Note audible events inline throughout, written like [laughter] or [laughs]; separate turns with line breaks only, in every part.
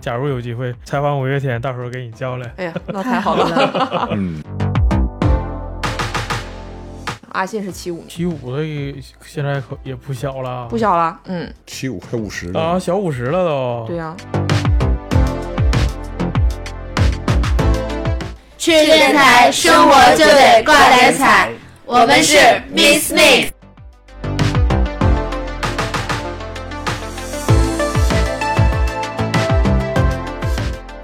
假如有机会采访五月天，到时候给你叫来。
哎呀，那太好了。
嗯，
阿信是七五年，
七五的也现在可也不小了，
不小了。嗯，
七五快五十了，
啊，小五十了都。
对呀、
去电台，生活就得挂点彩。我们是 Miss Mix。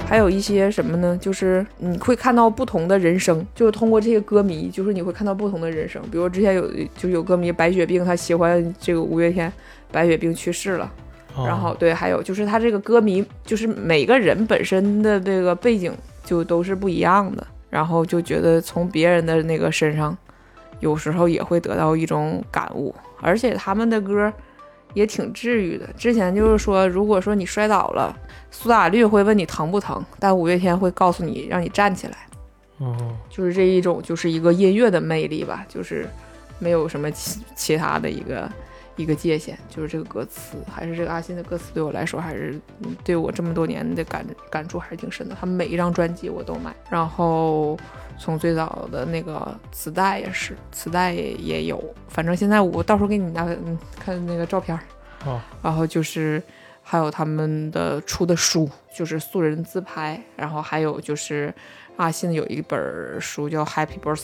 还有一些什么呢？就是你会看到不同的人生，就是通过这些歌迷，就是你会看到不同的人生。比如之前有就有歌迷白血病，他喜欢这个五月天，白血病去世了。
啊
然后对，还有就是他这个歌迷，就是每个人本身的这个背景就都是不一样的，然后就觉得从别人的那个身上，有时候也会得到一种感悟，而且他们的歌也挺治愈的。之前就是说，如果说你摔倒了，苏打绿会问你疼不疼，但五月天会告诉你让你站起来，
哦，
就是这一种就是一个音乐的魅力吧，就是没有什么其其他的一个一个界限，就是这个歌词还是这个阿信的歌词对我来说还是嗯对我这么多年的感感触还是挺深的。他每一张专辑我都买，然后从最早的那个磁带也是，磁带也也有，反正现在我到时候给你拿嗯看那个照片儿。
哦，
然后就是还有他们的出的书，就是素人自拍，然后还有就是阿信有一本儿书叫《Happy Birthday》，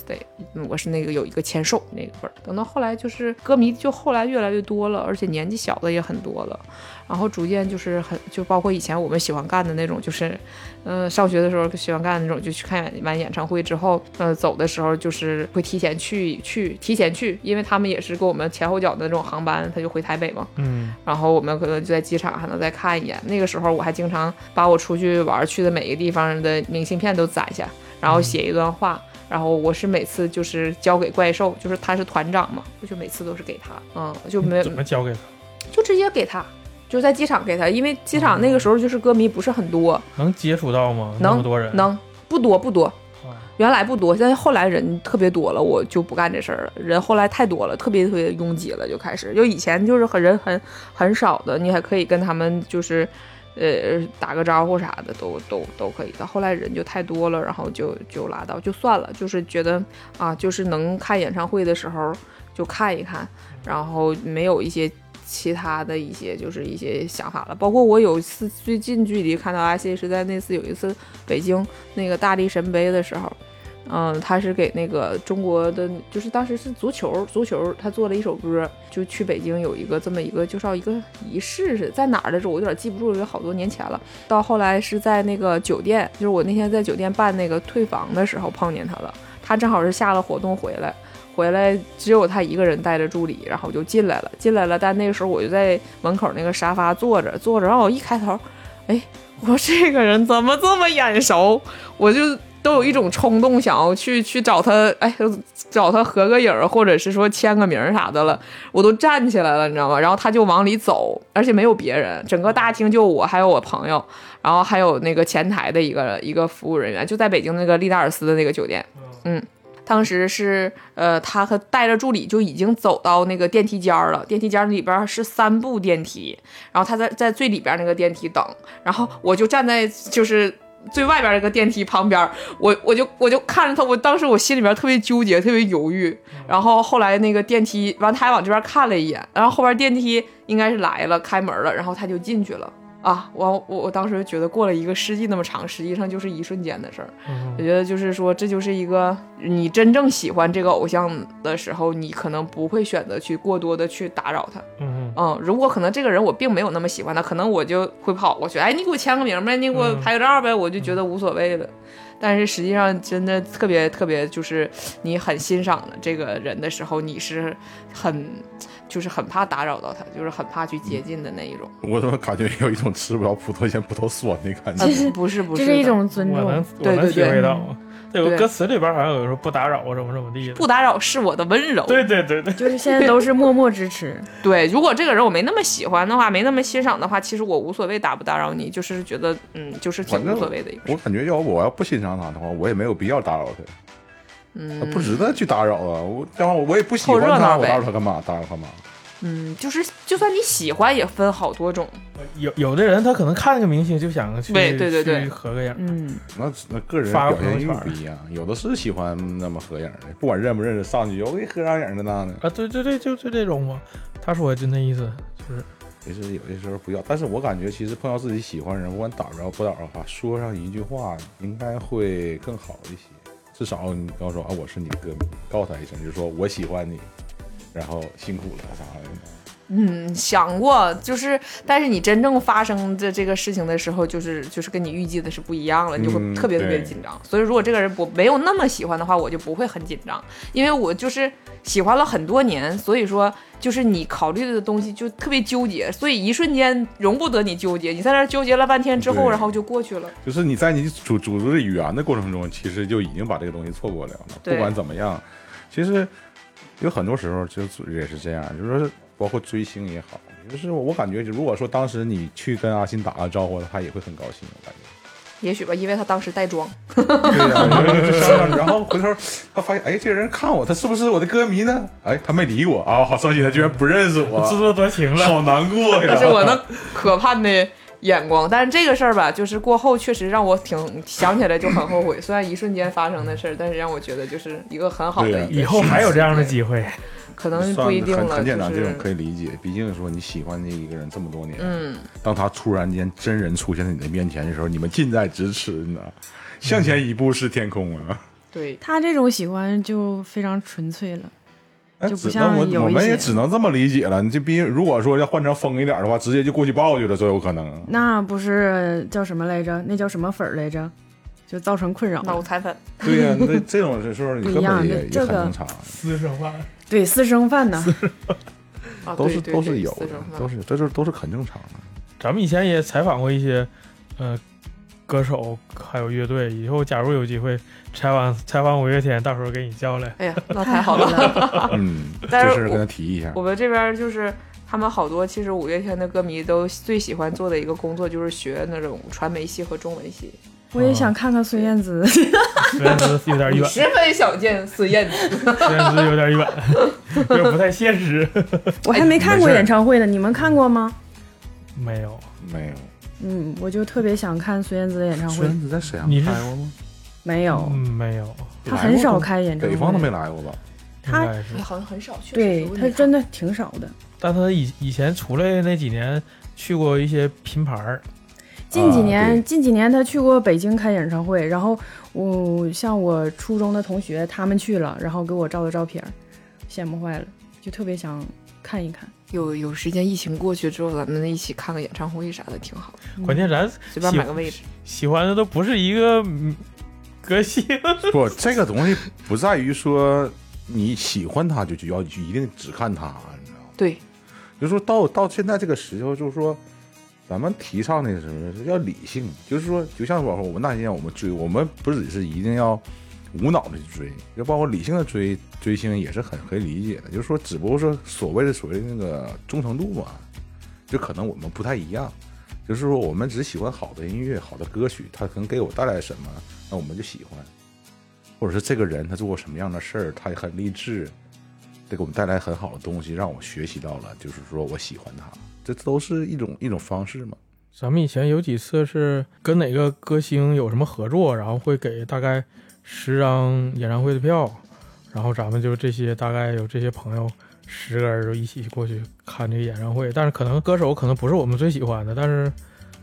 嗯我是那个有一个签售那个本儿。等到后来就是歌迷就后来越来越多了，而且年纪小的也很多了，然后逐渐就是很就包括以前我们喜欢干的那种，就是嗯、呃上学的时候喜欢干的那种，就去看完演唱会之后，呃走的时候就是会提前去去提前去，因为他们也是跟我们前后脚的那种航班，他就回台北嘛。
嗯，
然后我们可能就在机场还能再看一眼。那个时候我还经常把我出去玩去的每个地方的明信片都攒下，然后
嗯
写一段话。然后我是每次就是交给怪兽，就是他是团长嘛，我就每次都是给他，嗯，就没有
怎么交给他？
就直接给他，就在机场给他，因为机场那个时候就是歌迷不是很多，
能接触到吗？那
能
么多人，
能不多不多
啊。
原来不多，现在后来人特别多了，我就不干这事儿了。人后来太多了，特别特别拥挤了，就开始就以前就是很人很很少的，你还可以跟他们就是，呃，打个招呼啥的都都都可以。到后来人就太多了，然后就就拉倒，就算了。就是觉得啊，就是能看演唱会的时候就看一看，然后没有一些其他的一些就是一些想法了。包括我有一次最近距离看到阿信是在那次有一次北京那个大力神杯的时候，嗯，他是给那个中国的，就是当时是足球，足球他做了一首歌，就去北京有一个这么一个，就呃像一个仪式似的，在哪儿来着？我有点记不住了，有好多年前了。到后来是在那个酒店，就是我那天在酒店办那个退房的时候碰见他了，他正好是下了活动回来。回来只有他一个人带着助理，然后就进来了，进来了。但那个时候我就在门口那个沙发坐着，坐着，然后我一开头，哎， [laughs] 我说这个人怎么这么眼熟？我就都有一种冲动，想要去去找他，哎，找他合个影儿，或者是说签个名儿啥的了。我都站起来了，你知道吗？然后他就往里走，而且没有别人，整个大厅就我还有我朋友，然后还有那个前台的一个一个服务人员，就在北京那个利达尔斯的那个酒店。嗯，当时是呃，他和带着助理就已经走到那个电梯间儿了，电梯间儿里边儿是三部电梯，然后他在在最里边儿那个电梯等，然后我就站在就是。最外边儿那个电梯旁边儿，我我就我就看着他，我当时我心里边儿特别纠结，特别犹豫。然后后来那个电梯，完他还往这边看了一眼，然后后边电梯应该是来了，开门了，然后他就进去了啊！我我我当时就觉得过了一个世纪那么长，实际上就是一瞬间的事儿。
嗯
我觉得就是说，这就是一个你真正喜欢这个偶像的时候，你可能不会选择去过多的去打扰他。
嗯
嗯，如果可能这个人我并没有那么喜欢他，可能我就会跑过去，哎，你给我签个名呗，你给我
嗯
拍个照呗，我就觉得无所谓了。但是实际上，真的特别特别，就是你很欣赏的这个人的时候，你是很，就是很怕打扰到他，就是很怕去接近的那一种。
我怎么感觉有一种吃不着葡萄嫌葡萄酸的感
啊
觉？
这是
不是不
这
是
是一
的
种
嗯，
尊
我能
重。
我
对
能
对
体
对
会到。这个
对
歌词里边好像有说不打扰啊，怎么怎么地的。
不打扰是我的温柔。
对对对对，
就是现在都是默默支持，
对，如果这个人我没那么喜欢的话，没那么欣赏的话，其实我无所谓打不打扰你，就是觉得嗯，就是挺
反正
无所谓的一个事
我。感觉要不我要不欣赏他的话，我也没有必要打扰他，他
嗯，
不值得去打扰啊。我然后我也不喜欢
凑热
他，
闹
我
呗
打扰他干嘛？打扰他干嘛？
嗯，就是就算你喜欢也分好多种，
有有的人他可能看那个明星就想去
对对对对
去合个影儿，
嗯，
那那个人
发个
表
朋友
现欲
圈
不一样，有的是喜欢那么合影的，不管认不认识，上去就给合张影的那呢。
啊，对对对，就就这种嘛。他说就那意思，就是
其实有些时候不要，但是我感觉其实碰到自己喜欢的人，不管打着不打着的话，说上一句话应该会更好一些。至少你告诉我啊，我是你的歌迷，告诉他一声，就说我喜欢你，然后辛苦了啥的。
嗯，想过，就是，但是你真正发生这这个事情的时候，就是就是跟你预计的是不一样了，你就会
嗯
特别特别
对
紧张。所以如果这个人我没有那么喜欢的话，我就不会很紧张，因为我就是喜欢了很多年，所以说就是你考虑的东西就特别纠结，所以一瞬间容不得你纠结，你在那儿纠结了半天之后，
对
然后就过去了。
就是你在你组组织语言的过程中，其实就已经把这个东西错过了了。
对
不管怎么样，其实有很多时候就是也是这样，就是说包括追星也好，就是我感觉，如果说当时你去跟阿信打个招呼，他也会很高兴，我感觉。
也许吧，因为他当时带妆，
对呀、就商量，然后回头他发现，哎，这个人看我，他是不是我的歌迷呢？哎，他没理我啊，好伤心，他居然不认识我，
[laughs]
自作多情了。
好难
[laughs]
过
这
呀。
是我那可盼的眼光。但是这个事儿吧，就是过后确实让我挺想起来就很后悔，虽然一瞬间发生的事儿，但是让我觉得就是一个很好的
对啊
一个
以后还有这样的机会，
可
算
能不一定
很
了，
很简单，
就
这
是
种可以理解。毕竟说你喜欢这一个人这么多年，
嗯，
当他突然间真人出现在你的面前的时候，你们近在咫尺呢，向前一步是天空啊。
对，
他这种喜欢就非常纯粹了，
哎
[laughs] 就不
只
像
那
有
我我
一
们也
些
只能这么理解了。你这毕竟如果说要换成疯一点的话，直接就过去抱去了，都有可能。
那不是叫什么来着？那叫什么粉儿来着？就造成困扰了。
脑残粉，
对呀、那这种时候你
不一
根
样
本
这
也也
这
很
个
正常。
私生饭
对私生饭呢？
啊、
都
对
是
对
都
对
是有
私
的
生饭，
都是这就是都是很正常的。
咱们以前也采访过一些，呃，歌手还有乐队。以后假如有机会采访采访五月天，到时候给你叫来。
哎呀，那太好了。
嗯，
啊 [laughs] 但是
这事儿
我
跟他提一下
我。们这边就是他们好多，其实五月天的歌迷都最喜欢做的一个工作就是学那种传媒系和中文系。
我也想看看孙燕
哦
姿。
虽然是有点
你
远，
十分想见孙燕姿，
虽然是有点远，有点不太现实。
我还没看过
哎没事儿
演唱会呢，你们看过吗？
没有，
哦
没有，
嗯，我就特别想看孙燕姿的演唱
孙
会，
燕姿在沈阳
你是
开过吗？
没有，
嗯，没有，
她
来
很
过
少
吗
开演唱会。
北方都没来过吧？
应
他
该是。
好像很少去。
对她真
的
的挺少的。
但他以以前出来那几年，去过一些拼盘儿，
近几
啊
年，
对
近几年他去过北京开演唱会，然后我像我初中的同学他们去了，然后给我照的照片儿，羡慕坏了，就特别想看一看。
有有时间，疫情过去之后，咱们一起看个演唱会啥的，挺好的。
嗯
关键咱
随便买个位置，
喜欢的都不是一个嗯歌星。
不，这个东西不在于说你喜欢他就就要就一定只看他，你知道吗？
对，
就是说到到现在这个时候，就是说咱们提倡的是什么？是要理性，就是说，就像我说，我们那天我们追，我们不只是一定要无脑的去追，就包括理性的追追星也是很可以理解的。就是说，只不过说所谓的所谓的那个忠诚度嘛，就可能我们不太一样。就是说，我们只喜欢好的音乐、好的歌曲，它能给我带来什么，那我们就喜欢。或者是这个人他做过什么样的事儿，他也很励志，他给我们带来很好的东西，让我学习到了，就是说我喜欢他，这都是一种一种方式嘛。
咱们以前有几次是跟哪个歌星有什么合作，然后会给大概十张演唱会的票，然后咱们就这些大概有这些朋友十个人就一起过去看这个演唱会。但是可能歌手可能不是我们最喜欢的，但是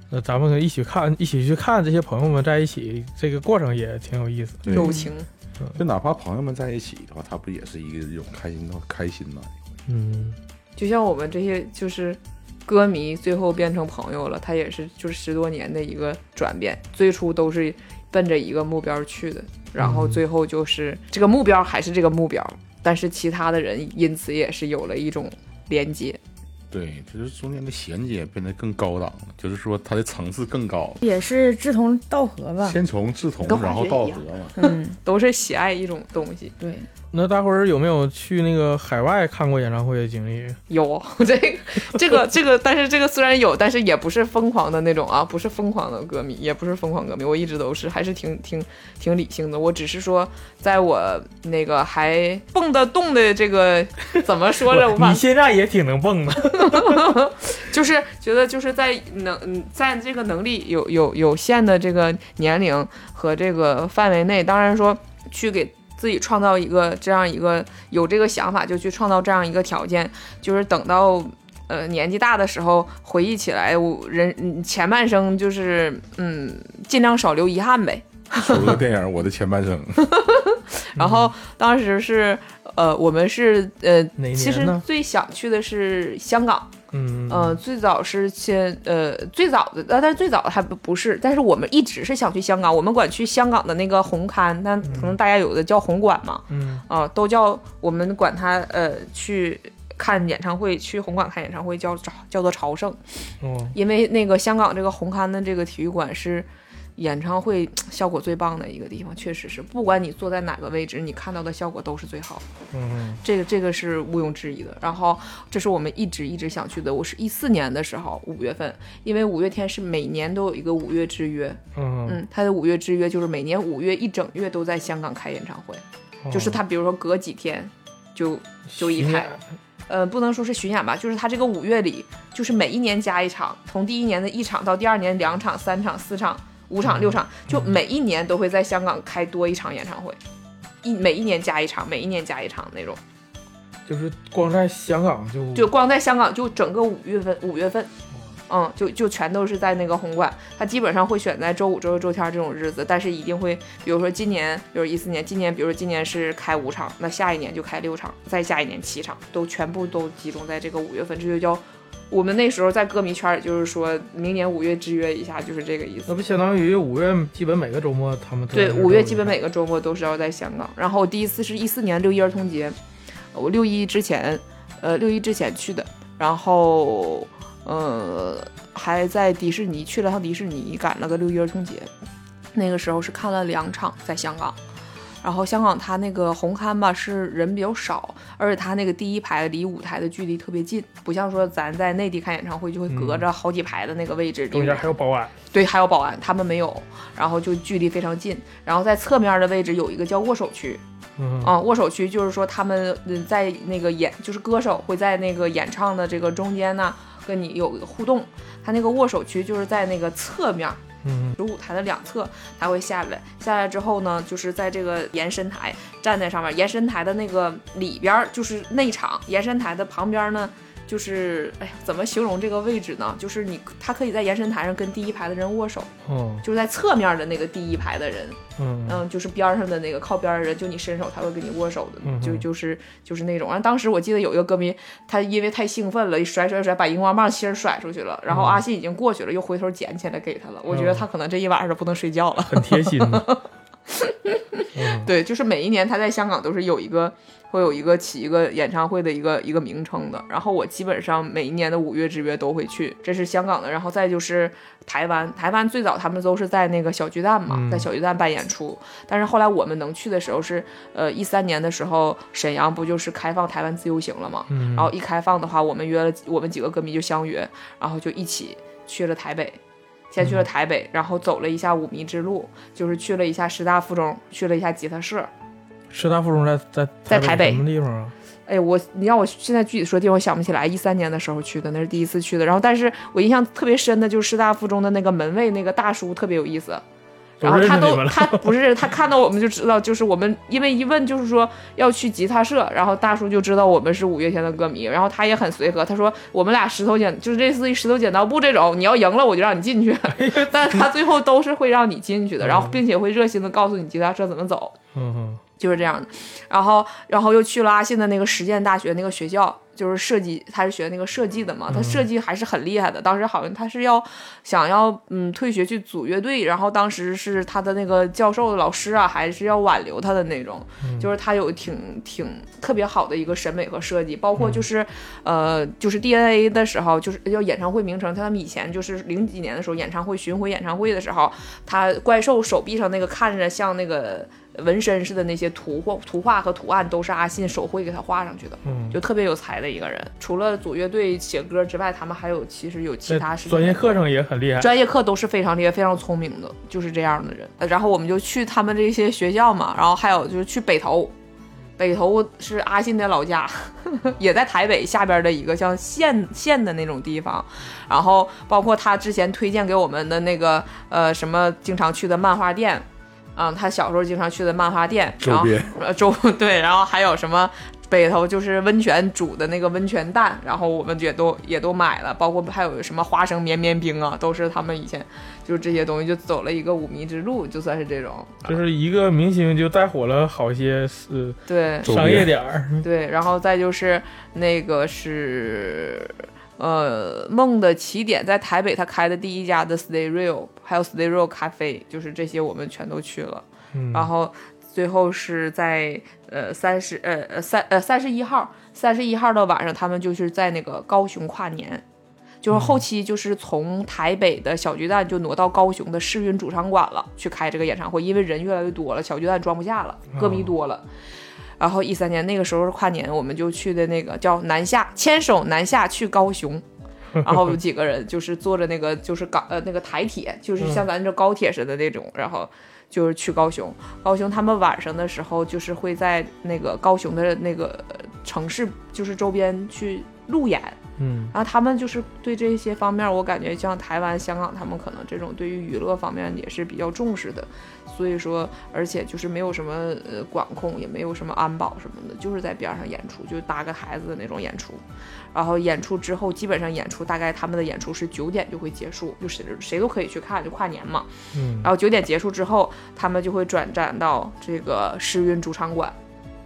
呃咱们一起看，一起去看这些朋友们在一起，这个过程也挺有意思。
对
友情。
就哪怕朋友们在一起的话，他不也是一个一种开心的开心吗？
嗯，
就像我们这些就是歌迷，最后变成朋友了，他也是就是十多年的一个转变。最初都是奔着一个目标去的，然后
嗯
最后就是这个目标还是这个目标，但是其他的人因此也是有了一种连接。
对，就是中间的衔接变得更高档了，就是说它的层次更高，
也是志同道合吧。
先从志同
跟化
然后
学 [laughs]
道
一样
[laughs]
合嘛。
嗯，
都是喜爱一种东西，
对，
那大伙儿有没有去那个海外看过演唱会的经历？
有 [laughs] 这个这个这个，但是这个虽然有，但是也不是疯狂的那种啊，不是疯狂的歌迷，也不是疯狂歌迷，我一直都是还是挺挺挺理性的。我只是说，在我那个还蹦得动的这个怎么说
[laughs]
着，我把
你现在也挺能蹦的，
就是觉得就是在能嗯在这个能力有有有限的这个年龄和这个范围内，当然说去给自己创造一个这样一个有这个想法就去创造这样一个条件，就是等到。呃，年纪大的时候回忆起来，我人嗯前半生就是嗯，尽量少留遗憾呗。
除了电影《我的前半生》， [laughs]
嗯
然后当时是呃，我们是呃
哪，年
其实
呢
最想去的是香港，
嗯，
呃，最早是先呃，最早的，呃但是最早的还不不是，但是我们一直是想去香港，我们管去香港的那个红磡，但可能大家有的叫红馆嘛，
嗯
啊、都叫我们管它呃去看演唱会，去红馆看演唱会叫朝叫做朝圣，
哦，
因为那个香港这个红磡的这个体育馆是。演唱会效果最棒的一个地方，确实是，不管你坐在哪个位置，你看到的效果都是最好的。
嗯
这个这个是毋庸置疑的。然后这是我们一直一直想去的。我是一四年的时候五月份，因为五月天是每年都有一个五月之约，
嗯，
嗯，他的五月之约就是每年五月一整月都在香港开演唱会，
哦
就是他比如说隔几天就就一
巡
开
演。
呃，不能说是巡演吧，就是他这个五月里，就是每一年加一场，从第一年的一场到第二年两场、三场、四场、五场、六场，就每一年都会在香港开多一场演唱会，一每一年加一场，每一年加一场那种。
就是光在香港就
就光在香港，就整个五月份，五月份，嗯，就就全都是在那个红馆。他基本上会选在周五、周六、周天这种日子，但是一定会，比如说今年，比如一四年，今年，比如说今年是开五场，那下一年就开六场，再下一年七场，都全部都集中在这个五月份，这就叫我们那时候在歌迷圈，也就是说明年五月之约一下，就是这个意思
那。不相当于五月基本每个周末他们都
对，
在这儿
五月
都
基本每个周末都是要在香港。然后我第一次是一四年六一儿童节，我六一之前，呃，六一之前去的，然后呃还在迪士尼去了趟迪士尼，赶了个六一儿童节。那个时候是看了两场在香港，然后香港它那个红磡吧是人比较少，而且它那个第一排离舞台的距离特别近，不像说咱在内地看演唱会就会隔
嗯
着好几排的那个位置，
中间还有保安，
对，还有保安，他们没有，然后就距离非常近，然后在侧面的位置有一个叫握手区，
嗯
啊、握手区就是说他们嗯在那个演，就是歌手会在那个演唱的这个中间呢跟你有一个互动，他那个握手区就是在那个侧面，
嗯
主舞台的两侧，它会下来，下来之后呢，就是在这个延伸台站在上面，延伸台的那个里边儿就是内场，延伸台的旁边呢。就是，哎呀，怎么形容这个位置呢？就是你，他可以在延伸台上跟第一排的人握手，
哦
就是在侧面的那个第一排的人，
嗯
嗯，就是边上的那个靠边的人，就你伸手他会跟你握手的，
嗯哼
就就是就是那种。然后当时我记得有一个歌迷，他因为太兴奋了，一甩甩甩，把荧光棒芯儿甩出去了，然后
嗯
阿信已经过去了，又回头捡起来给他了。我觉得
嗯
他可能这一晚上都不能睡觉了。
很贴心的，
[laughs]
嗯
对，就是每一年他在香港都是有一个会有一个起一个演唱会的一个一个名称的。然后我基本上每一年的五月之约都会去，这是香港的。然后再就是台湾，台湾最早他们都是在那个小巨蛋嘛，
嗯
在小巨蛋办演出。但是后来我们能去的时候是，呃，一三年的时候，沈阳不就是开放台湾自由行了吗？
嗯，
然后一开放的话，我们约了我们几个歌迷就相约，然后就一起去了台北，先去了台北，然后走了一下五迷之路，就是去了一下师大附中，去了一下吉他社。
师大附中在在
在台北
什么地方啊？
哎，我你让我现在具体说地方我想不起来，一三年的时候去的，那是第一次去的。然后，但是我印象特别深的就是师大附中的那个门卫那个大叔特别有意思，然后
认识
他
你
都
们了，
他不是他看到我们就知道，就是我们因为一问就是说要去吉他社，然后大叔就知道我们是五月天的歌迷，然后他也很随和，他说我们俩石头剪就是类似于石头剪刀布这种，你要赢了我就让你进去，
哎
[laughs] 但是他最后都是会让你进去的，然后并且会热心的告诉你吉他社怎么走，
嗯嗯
就是这样的。然后，然后又去了阿信的那个实践大学那个学校，就是设计，他是学那个设计的嘛，他设计还是很厉害的。当时好像他是要想要嗯退学去组乐队，然后当时是他的那个教授老师啊，还是要挽留他的那种，
嗯
就是他有挺挺特别好的一个审美和设计，包括
嗯
就是、呃就是 DNA 的时候，就是要演唱会名称，他们以前就是零几年的时候演唱会巡回演唱会的时候，他怪兽手臂上那个看着像那个。纹身似的那些图或图画和图案都是阿信手绘给他画上去的，
嗯，
就特别有才的一个人。除了组乐队写歌之外，他们还有其实有其
在
他事情
专业课上也很厉害，
专业课都是非常厉害、非常聪明的，就是这样的人。呃然后我们就去他们这些学校嘛，然后还有就是去北投，北投是阿信的老家， [laughs] 也在台北下边的一个像县县的那种地方。然后包括他之前推荐给我们的那个呃什么经常去的漫画店。嗯，他小时候经常去的漫画店，然后
周边
呃周 [laughs] 对，然后还有什么北头就是温泉煮的那个温泉蛋，然后我们也都也都买了，包括还有什么花生绵绵冰啊，都是他们以前就是这些东西，就走了一个五迷之路，就算是这种。
就是一个明星就带火了好些呃
对
周
商业
边
点儿，
对，然后再就是那个是呃梦的起点，在台北他开的第一家的 Stay Real，还有 Stay Real 咖啡，就是这些我们全都去了。
嗯，
然后最后是在呃三十呃呃三呃三十一号，三十一号的晚上，他们就是在那个高雄跨年，就是后期就是从台北的小巨蛋就挪到高雄的世运主场馆了，去开这个演唱会，因为人越来越多了，小巨蛋装不下了，歌迷
哦
多了。然后一三年那个时候是跨年，我们就去的那个叫南下，牵手南下去高雄，然后有几个人就是坐着那个就是港呃那个台铁，就是像咱这高铁似的那种，然后就是去高雄。高雄他们晚上的时候就是会在那个高雄的那个呃城市就是周边去路演，
嗯
然后他们就是对这些方面，我感觉像台湾、香港，他们可能这种对于娱乐方面也是比较重视的，所以说，而且就是没有什么呃管控，也没有什么安保什么的，就是在边上演出，就搭个台子的那种演出。然后演出之后，基本上演出大概他们的演出是九点就会结束，就是谁都可以去看，就跨年嘛。
嗯
然后九点结束之后，他们就会转战到这个诗韵主场馆，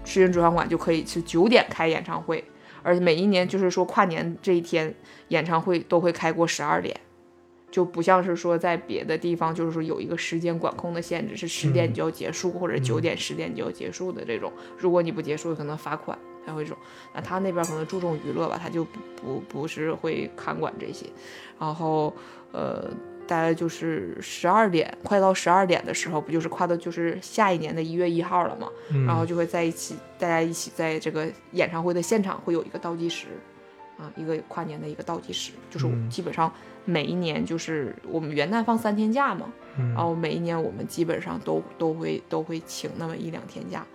诗韵主场馆就可以是九点开演唱会，而且每一年就是说跨年这一天，演唱会都会开过十二点，就不像是说在别的地方就是说有一个时间管控的限制，是十点你就要结束，或者
嗯
九点十点你就要结束的这种，如果你不结束可能罚款。还有一种，那他那边可能注重娱乐吧，他就不不不是会看管这些，然后呃，大概就是十二点，快到十二点的时候，不就是跨到就是下一年的一月一号了嘛？
嗯，
然后就会在一起，大家一起在这个演唱会的现场会有一个倒计时，啊，一个跨年的一个倒计时，就是
嗯
基本上每一年就是我们元旦放三天假嘛，
嗯
然后每一年我们基本上都都会都会请那么一两天假，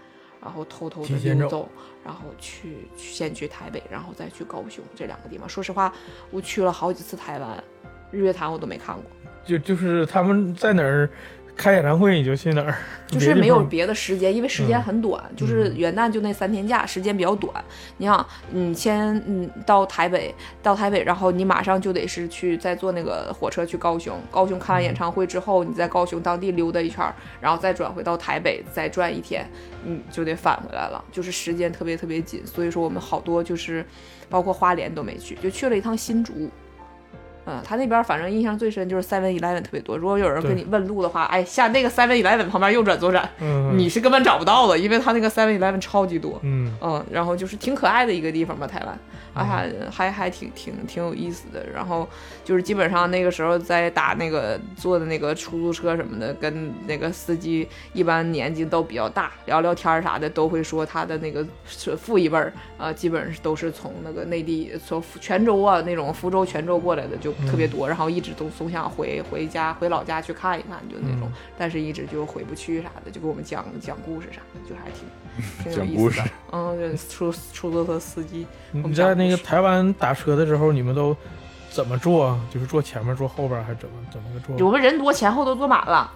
然后偷偷的
提前
溜
走
走，然后去去先去台北，然后再去高雄这两个地方。说实话，我去了好几次台湾，日月潭我都没看过。
就就是他们在哪儿开演唱会你就去哪儿，
[laughs] 就是
别地
没有
方
别的时间，因为时间
嗯
很短，就是元旦就那三天假，时间比较短。你想，你先嗯到台北，到台北，然后你马上就得是去再坐那个火车去高雄，高雄看完演唱会之后，你在高雄当地溜达一圈儿，然后再转回到台北再转一天，你嗯就得返回来了，就是时间特别特别紧。所以说我们好多就是，包括花莲都没去，就去了一趟新竹。嗯，他那边反正印象最深就是 Seven Eleven 特别多。如果有人跟
对
你问路的话，哎，下那个 Seven Eleven 旁边右转左转，
嗯
你是根本找不到的，因为它那个 Seven Eleven 超级多。
嗯
嗯，然后就是挺可爱的一个地方吧，台湾，啊还还还挺挺挺有意思的。然后就是基本上那个时候在打那个坐的那个出租车什么的，跟那个司机一般年纪都比较大，聊聊天儿啥的都会说他的那个是父一辈儿啊、呃基本上都是从那个内地从泉州啊那种福州泉州过来的就特别多，然后一直都总想回回家回老家去看一看，就那种，
嗯
但是一直就回不去啥的，就给我们讲讲故事啥的，就还挺。
[laughs]
挺有
讲
意
故
思的
事。
嗯，对，出出租车司机，我
你
们
在
讲
那
故
个
事
台湾打车的时候，你们都怎么坐啊？就是坐前面，坐后边，还是怎么怎么个
我
坐？
们人多前后都坐满了，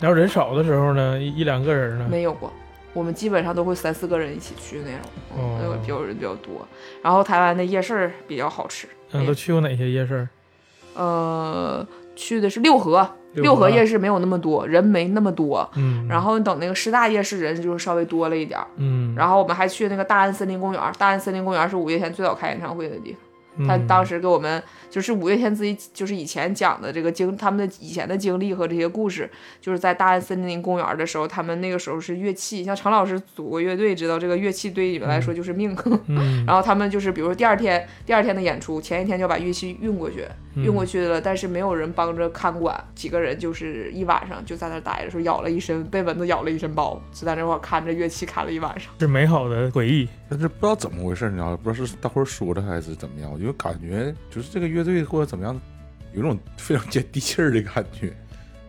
然后人少的时候呢，一一两个人呢？
没有过。我们基本上都会三四个人一起去那种，嗯
哦，
那个比较人比较多。然后台湾的夜市儿比较好吃，
嗯，都去过哪些夜市？
呃，去的是六合，
六
六
合
合夜市没有那么多人，没那么多。
嗯，
然后等那个师大夜市人就是稍微多了一点儿。
嗯，
然后我们还去那个大安森林公园儿，大安森林公园儿是五月天最早开演唱会的地方。他
嗯
当时给我们就是五月天自己就是以前讲的这个经他们的以前的经历和这些故事，就是在大安森林公园的时候，他们那个时候是乐器，像常老师组过乐队，知道这个乐器对于你们来说就是命。
嗯，
[laughs] 然后他们就是，比如说第二天第二天的演出，前一天就把乐器运过去，
嗯
运过去了，但是没有人帮着看管，几个人就是一晚上就在那儿待着，说咬了一身，被蚊子咬了一身包，就在那块儿看着乐器看了一晚上。
是美好的回忆。
但是不知道怎么回事，你知道吗？不知道是大伙儿说的还是怎么样，我就感觉就是这个乐队或者怎么样，有一种非常接地气儿的感觉。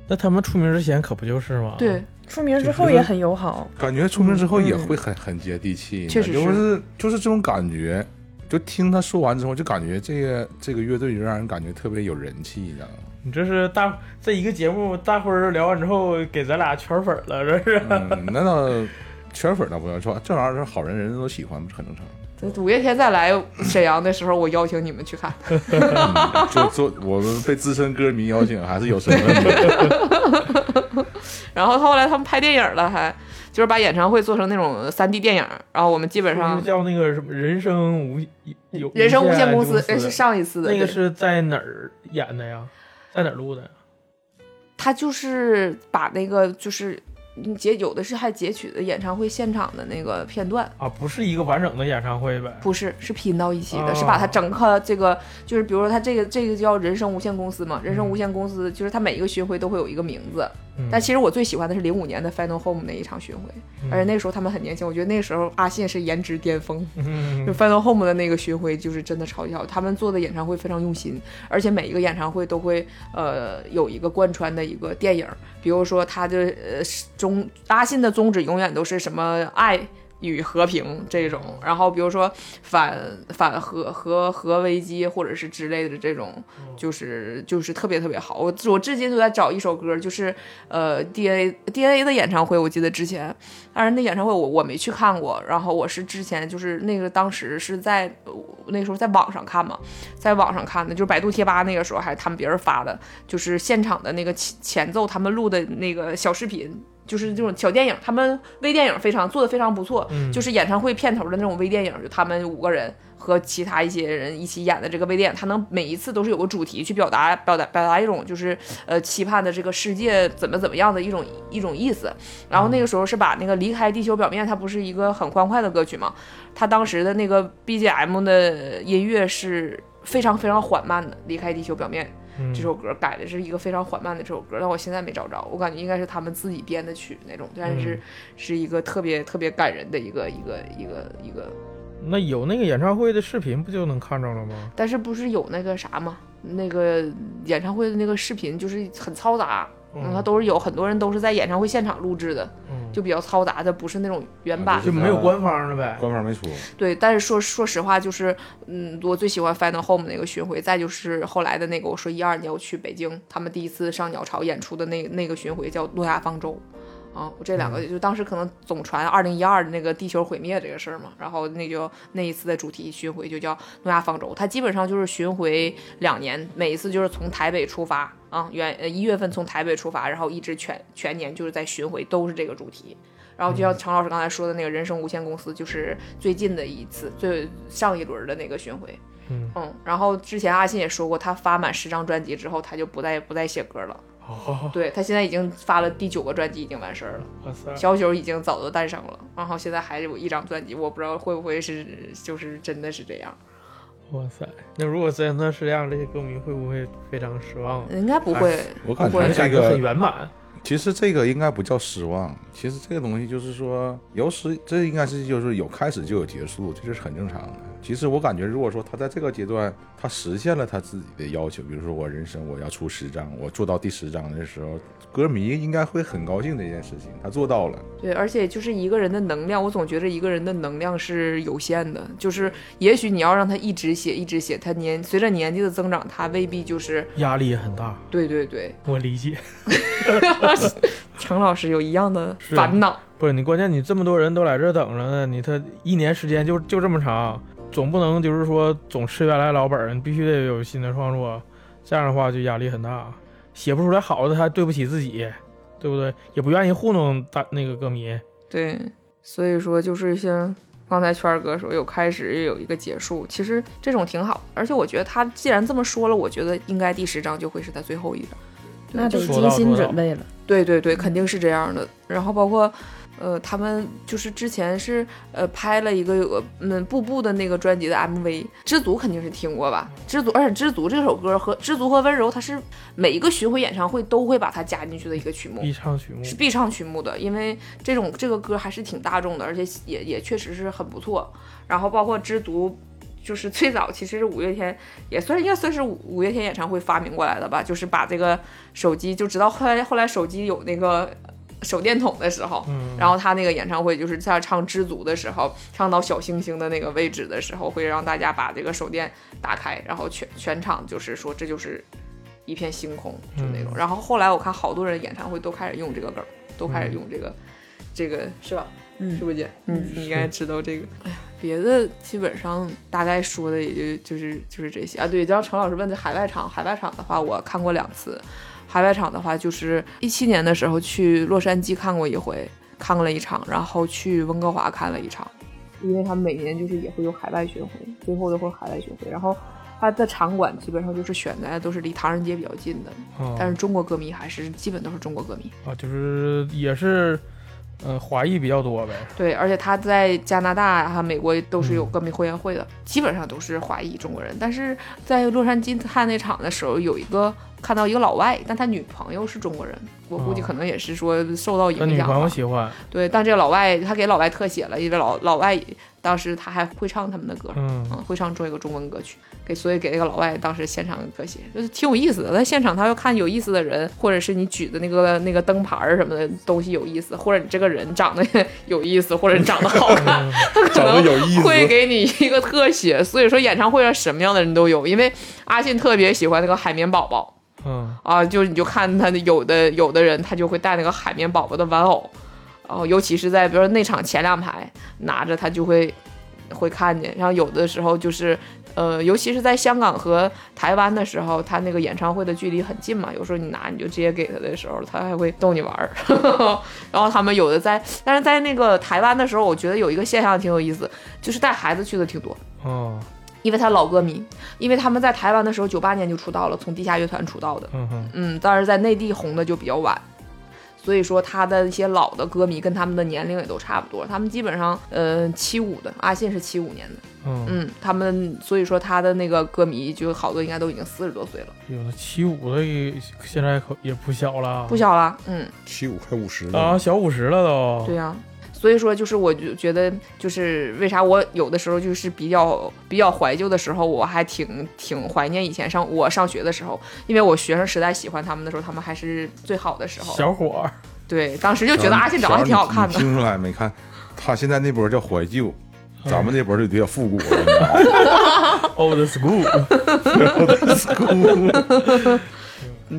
那他们出名之前可不就是吗？
对，
[laughs] 出名之
就觉
后
得
也很友好，
感觉出名之后也
嗯嗯
会很、很接地气，
确实是
就是就是这种感觉。就听他说完之后，就感觉这个这个乐队就让人感觉特别有人气，你知道吗？
你这是大这一个节目，大伙儿聊完之后给咱俩圈粉了，这是。
嗯，那倒圈粉倒不要说，这玩意儿好人人都喜欢，不是很正常？
五月天再来沈阳的时候，我邀请你们去看。
嗯、就做我们被资深歌迷邀请，还是有身份的。
然后后来他们拍电影了还，就是把演唱会做成那种3 D 电影，然后我们基本
就是
上
叫那个什么人生无有
人生无限
公
公司呃是上一次的
那个
对
是在哪儿演的呀？在哪儿录的？
他就是把那个就是嗯截有的是还截取的演唱会现场的那个片段，
啊，不是一个完整的演唱会呗？
不是是拼到一起的，
哦
是把它整个这个就是比如说他这个这个叫人生无限公司嘛，人生无限公司就是他每一个巡回都会有一个名字，
嗯
但其实我最喜欢的是零五年的 Final Home 那一场巡回，而且那时候他们很年轻，我觉得那时候阿信是颜值巅峰。
嗯
就 Final Home 的那个巡回就是真的超级好，他们做的演唱会非常用心，而且每一个演唱会都会呃有一个贯穿的一个电影，比如说他的呃是宗阿信的宗旨永远都是什么爱。与和平这种，然后比如说反反核核核危机或者是之类的这种，就是就是特别特别好。我我至今都在找一首歌，就是呃 DNA DNA 的演唱会，我记得之前但是那演唱会我我没去看过，然后我是之前就是那个当时是在呃那时候在网上看嘛，在网上看的，就是百度贴吧那个时候还是他们别人发的，就是现场的那个前前奏他们录的那个小视频。就是这种小电影，他们微电影非常做的非常不
嗯
错，就是演唱会片头的那种微电影，就他们五个人和其他一些人一起演的这个微电影，他能每一次都是有个主题去表达表达表达一种就是呃期盼的这个世界怎么怎么样的一种一种意思。然后那个时候是把那个离开地球表面，它不是一个很欢快的歌曲嘛，它当时的那个 BGM 的音乐是非常非常缓慢的，《离开地球表面》
嗯
这首歌改的是一个非常缓慢的这首歌，但我现在没找着，我感觉应该是他们自己编的曲那种，但是是一个特别特别感人的一个一个一个一个，
那有那个演唱会的视频不就能看着了吗？
但是不是有那个啥嘛？那个演唱会的那个视频就是很嘈杂，嗯，它都是有很多人都是在演唱会现场录制的，
嗯
就比较嘈杂的，不是那种原版
啊
的。
就没有官方的呗。
官方没出，
对，但是说说实话，就是嗯，我最喜欢 Final Home 那个巡回，再就是后来的那个，我说一二年我去北京，他们第一次上鸟巢演出的那那个巡回叫《诺亚方舟》。啊，我这两个就当时可能总传二零一二的那个地球毁灭这个事儿嘛，然后那就那一次的主题巡回就叫诺亚方舟，它基本上就是巡回两年，每一次就是从台北出发啊，原呃一月份从台北出发，然后一直全全年就是在巡回，都是这个主题。然后就像常老师刚才说的那个人生无限公司，就是最近的一次最上一轮的那个巡回。
嗯
然后之前阿信也说过，他发满十张专辑之后，他就不再不再写歌了。
哦，
对他现在已经发了第九个专辑，已经完事儿了。
哇塞，
小九已经早就诞生了，然后现在还有一张专辑，我不知道会不会是就是真的是这样，
哇塞！那如果真的是这样，这些歌迷会不会非常失望？
应该不会。
我感
不会
觉这
感觉
个
很圆满。
其实这个应该不叫失望，其实这个东西就是说，有始这应该是就是有开始就有结束，这是很正常的。其实我感觉，如果说他在这个阶段他实现了他自己的要求，比如说我人生我要出十张，我做到第十张的时候，歌迷应该会很高兴这件事情，他做到了。
对，而且就是一个人的能量，我总觉着一个人的能量是有限的，就是也许你要让他一直写，一直写，他年随着年纪的增长，他未必就是
压力也很大，
对对对。 [laughs]
我理解。
程老师有一样的
是
烦恼，
不是你，关键你这么多人都在这儿等着呢，你他一年时间就就这么长，总不能就是说总吃原来老本儿，你必须得有新的创作，这样的话就压力很大，写不出来好的还对不起自己，对不对？也不愿意糊弄大那个歌迷。
对，所以说就是像刚才圈儿哥说有开始也有一个结束，其实这种挺好。而且我觉得他既然这么说了，我觉得应该第十章就会是他最后一章。
那得
说
精
到
心
做到
准备了。
对对对，肯定是这样的。然后包括，呃，他们就是之前是呃拍了一个呃嗯步步的那个专辑的 MV，《知足》肯定是听过吧？《知足》，而且《知足》这首歌和《知足》和《温柔》，它是每一个巡回演唱会都会把它加进去的一个曲目。
必唱曲目，
是必唱曲目的，因为这种这个歌还是挺大众的，而且也也确实是很不错。然后包括《知足》，就是最早其实是五月天，也算应该算是五五月天演唱会发明过来的吧，就是把这个手机，就直到后来后来手机有那个手电筒的时候，
嗯，
然后他那个演唱会就是在唱《知足》的时候，唱到小星星的那个位置的时候，会让大家把这个手电打开，然后全全场就是说这就是一片星空，就那种。
嗯
然后后来我看好多人演唱会都开始用这个梗儿，都开始用这个、这个是吧？
嗯
是不是姐？你
嗯
你应该知道这个。哎呀，别的基本上大概说的也就就是就是这些啊。对，然后程老师问的海外场，海外场的话我看过两次，海外场的话，就是一七年的时候去洛杉矶看过一回，看了一场，然后去温哥华看了一场，因为他每年就是也会有海外巡回，最后都会有海外巡回，然后他的场馆基本上就是选在都是离唐人街比较近的，
哦
嗯
但是中国歌迷还是基本都是中国歌迷，
啊，就是也是，呃，华裔比较多呗，
对，而且他在加拿大和美国都是有
嗯
歌迷会员会的，基本上都是华裔中国人。但是在洛杉矶看那场的时候，有一个看到一个老外，但他女朋友是中国人，我估计
哦
可能也是说受到
他
影
女
响
朋友
吧。
喜欢，
对，但这个老外他给老外特写了，因为老老外当时他还会唱他们的歌，
嗯，
嗯，会唱中一个中文歌曲，给所以给那个老外当时现场特写，就是挺有意思的。在现场他要看有意思的人，或者是你举的那个那个灯牌儿什么的东西有意思，或者你这个人长得 [laughs] 有意思，或者你长得
[laughs]
好看，他可
长得
能
有意思，
会给你一个特写。所以说演唱会上什么样的人都有，因为阿信特别喜欢那个海绵宝宝，
嗯，
啊，就你就看他的有的有的人他就会带那个海绵宝宝的玩偶，然后尤其是在比如说内场前两排拿着他就会会看见，然后有的时候就是呃，尤其是在香港和台湾的时候，他那个演唱会的距离很近嘛，有时候你拿你就直接给他的时候，他还会逗你玩儿。 [laughs] 然后他们有的在，但是在那个台湾的时候，我觉得有一个现象挺有意思，就是带孩子去的挺多。
哦，
因为他老歌迷，因为他们在台湾的时候九八年就出道了，从地下乐团出道的，
嗯哼，
嗯，但是在内地红的就比较晚，所以说他的一些老的歌迷跟他们的年龄也都差不多，他们基本上呃七五的，阿信是七五年的，
嗯，
嗯，他们所以说他的那个歌迷就好多应该都已经四十多岁了，
有的七五的也现在可也不小了，
不小了，嗯，
七五快五十
啊，
了，
小五十了都，
对呀、所以说，就是我就觉得，就是为啥我有的时候就是比较比较怀旧的时候，我还挺挺怀念以前上我上学的时候，因为我学生时代喜欢他们的时候，他们还是最好的时候。
小伙儿，
对，当时就觉
小
得阿信长得还挺好看
你
的。
听出来没看？他现在那波叫怀旧，咱们那波就比较复古了你知道吗。
old school，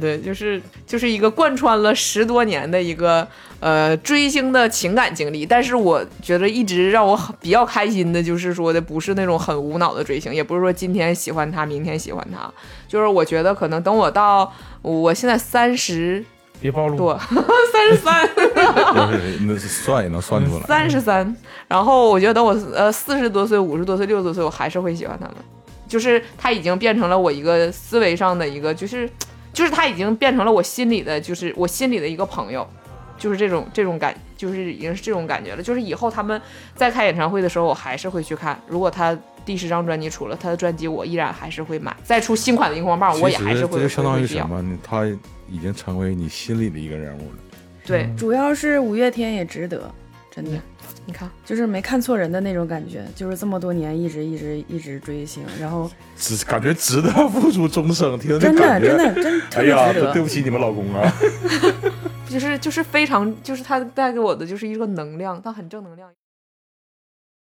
对，就是就是一个贯穿了十多年的一个呃追星的情感经历。但是我觉得一直让我很比较开心的，就是说的不是那种很无脑的追星，也不是说今天喜欢他，明天喜欢他，就是我觉得可能等我到我现在三十
别暴露，
多， [laughs] 三十三。
就是那算也能算出来。
三十三，然后我觉得等我呃四十多岁、五十多岁、六十多岁，我还是会喜欢他们。就是他已经变成了我一个思维上的一个，就是就是他已经变成了我心里的，就是我心里的一个朋友，就是这种这种感，就是已经是这种感觉了。就是以后他们再开演唱会的时候，我还是会去看。如果他第十张专辑出了，他的专辑我依然还是会买。再出新款的荧光棒，我也还
其
是
实
会
这就相当于
会去要
什么？你他已经成为你心里的一个人物了。
对，
嗯
主要是五月天也值得，真的。
你看，
就是没看错人的那种感觉，就是这么多年一直一直一直追星，然后
值感觉值得付出终生，听着
真
这
的
感觉，
真的真特
哎
别
呀，
值
对
得。
对不起你们老公啊。
就是就是非常，就是他带给我的就是一个能量，他很正能量。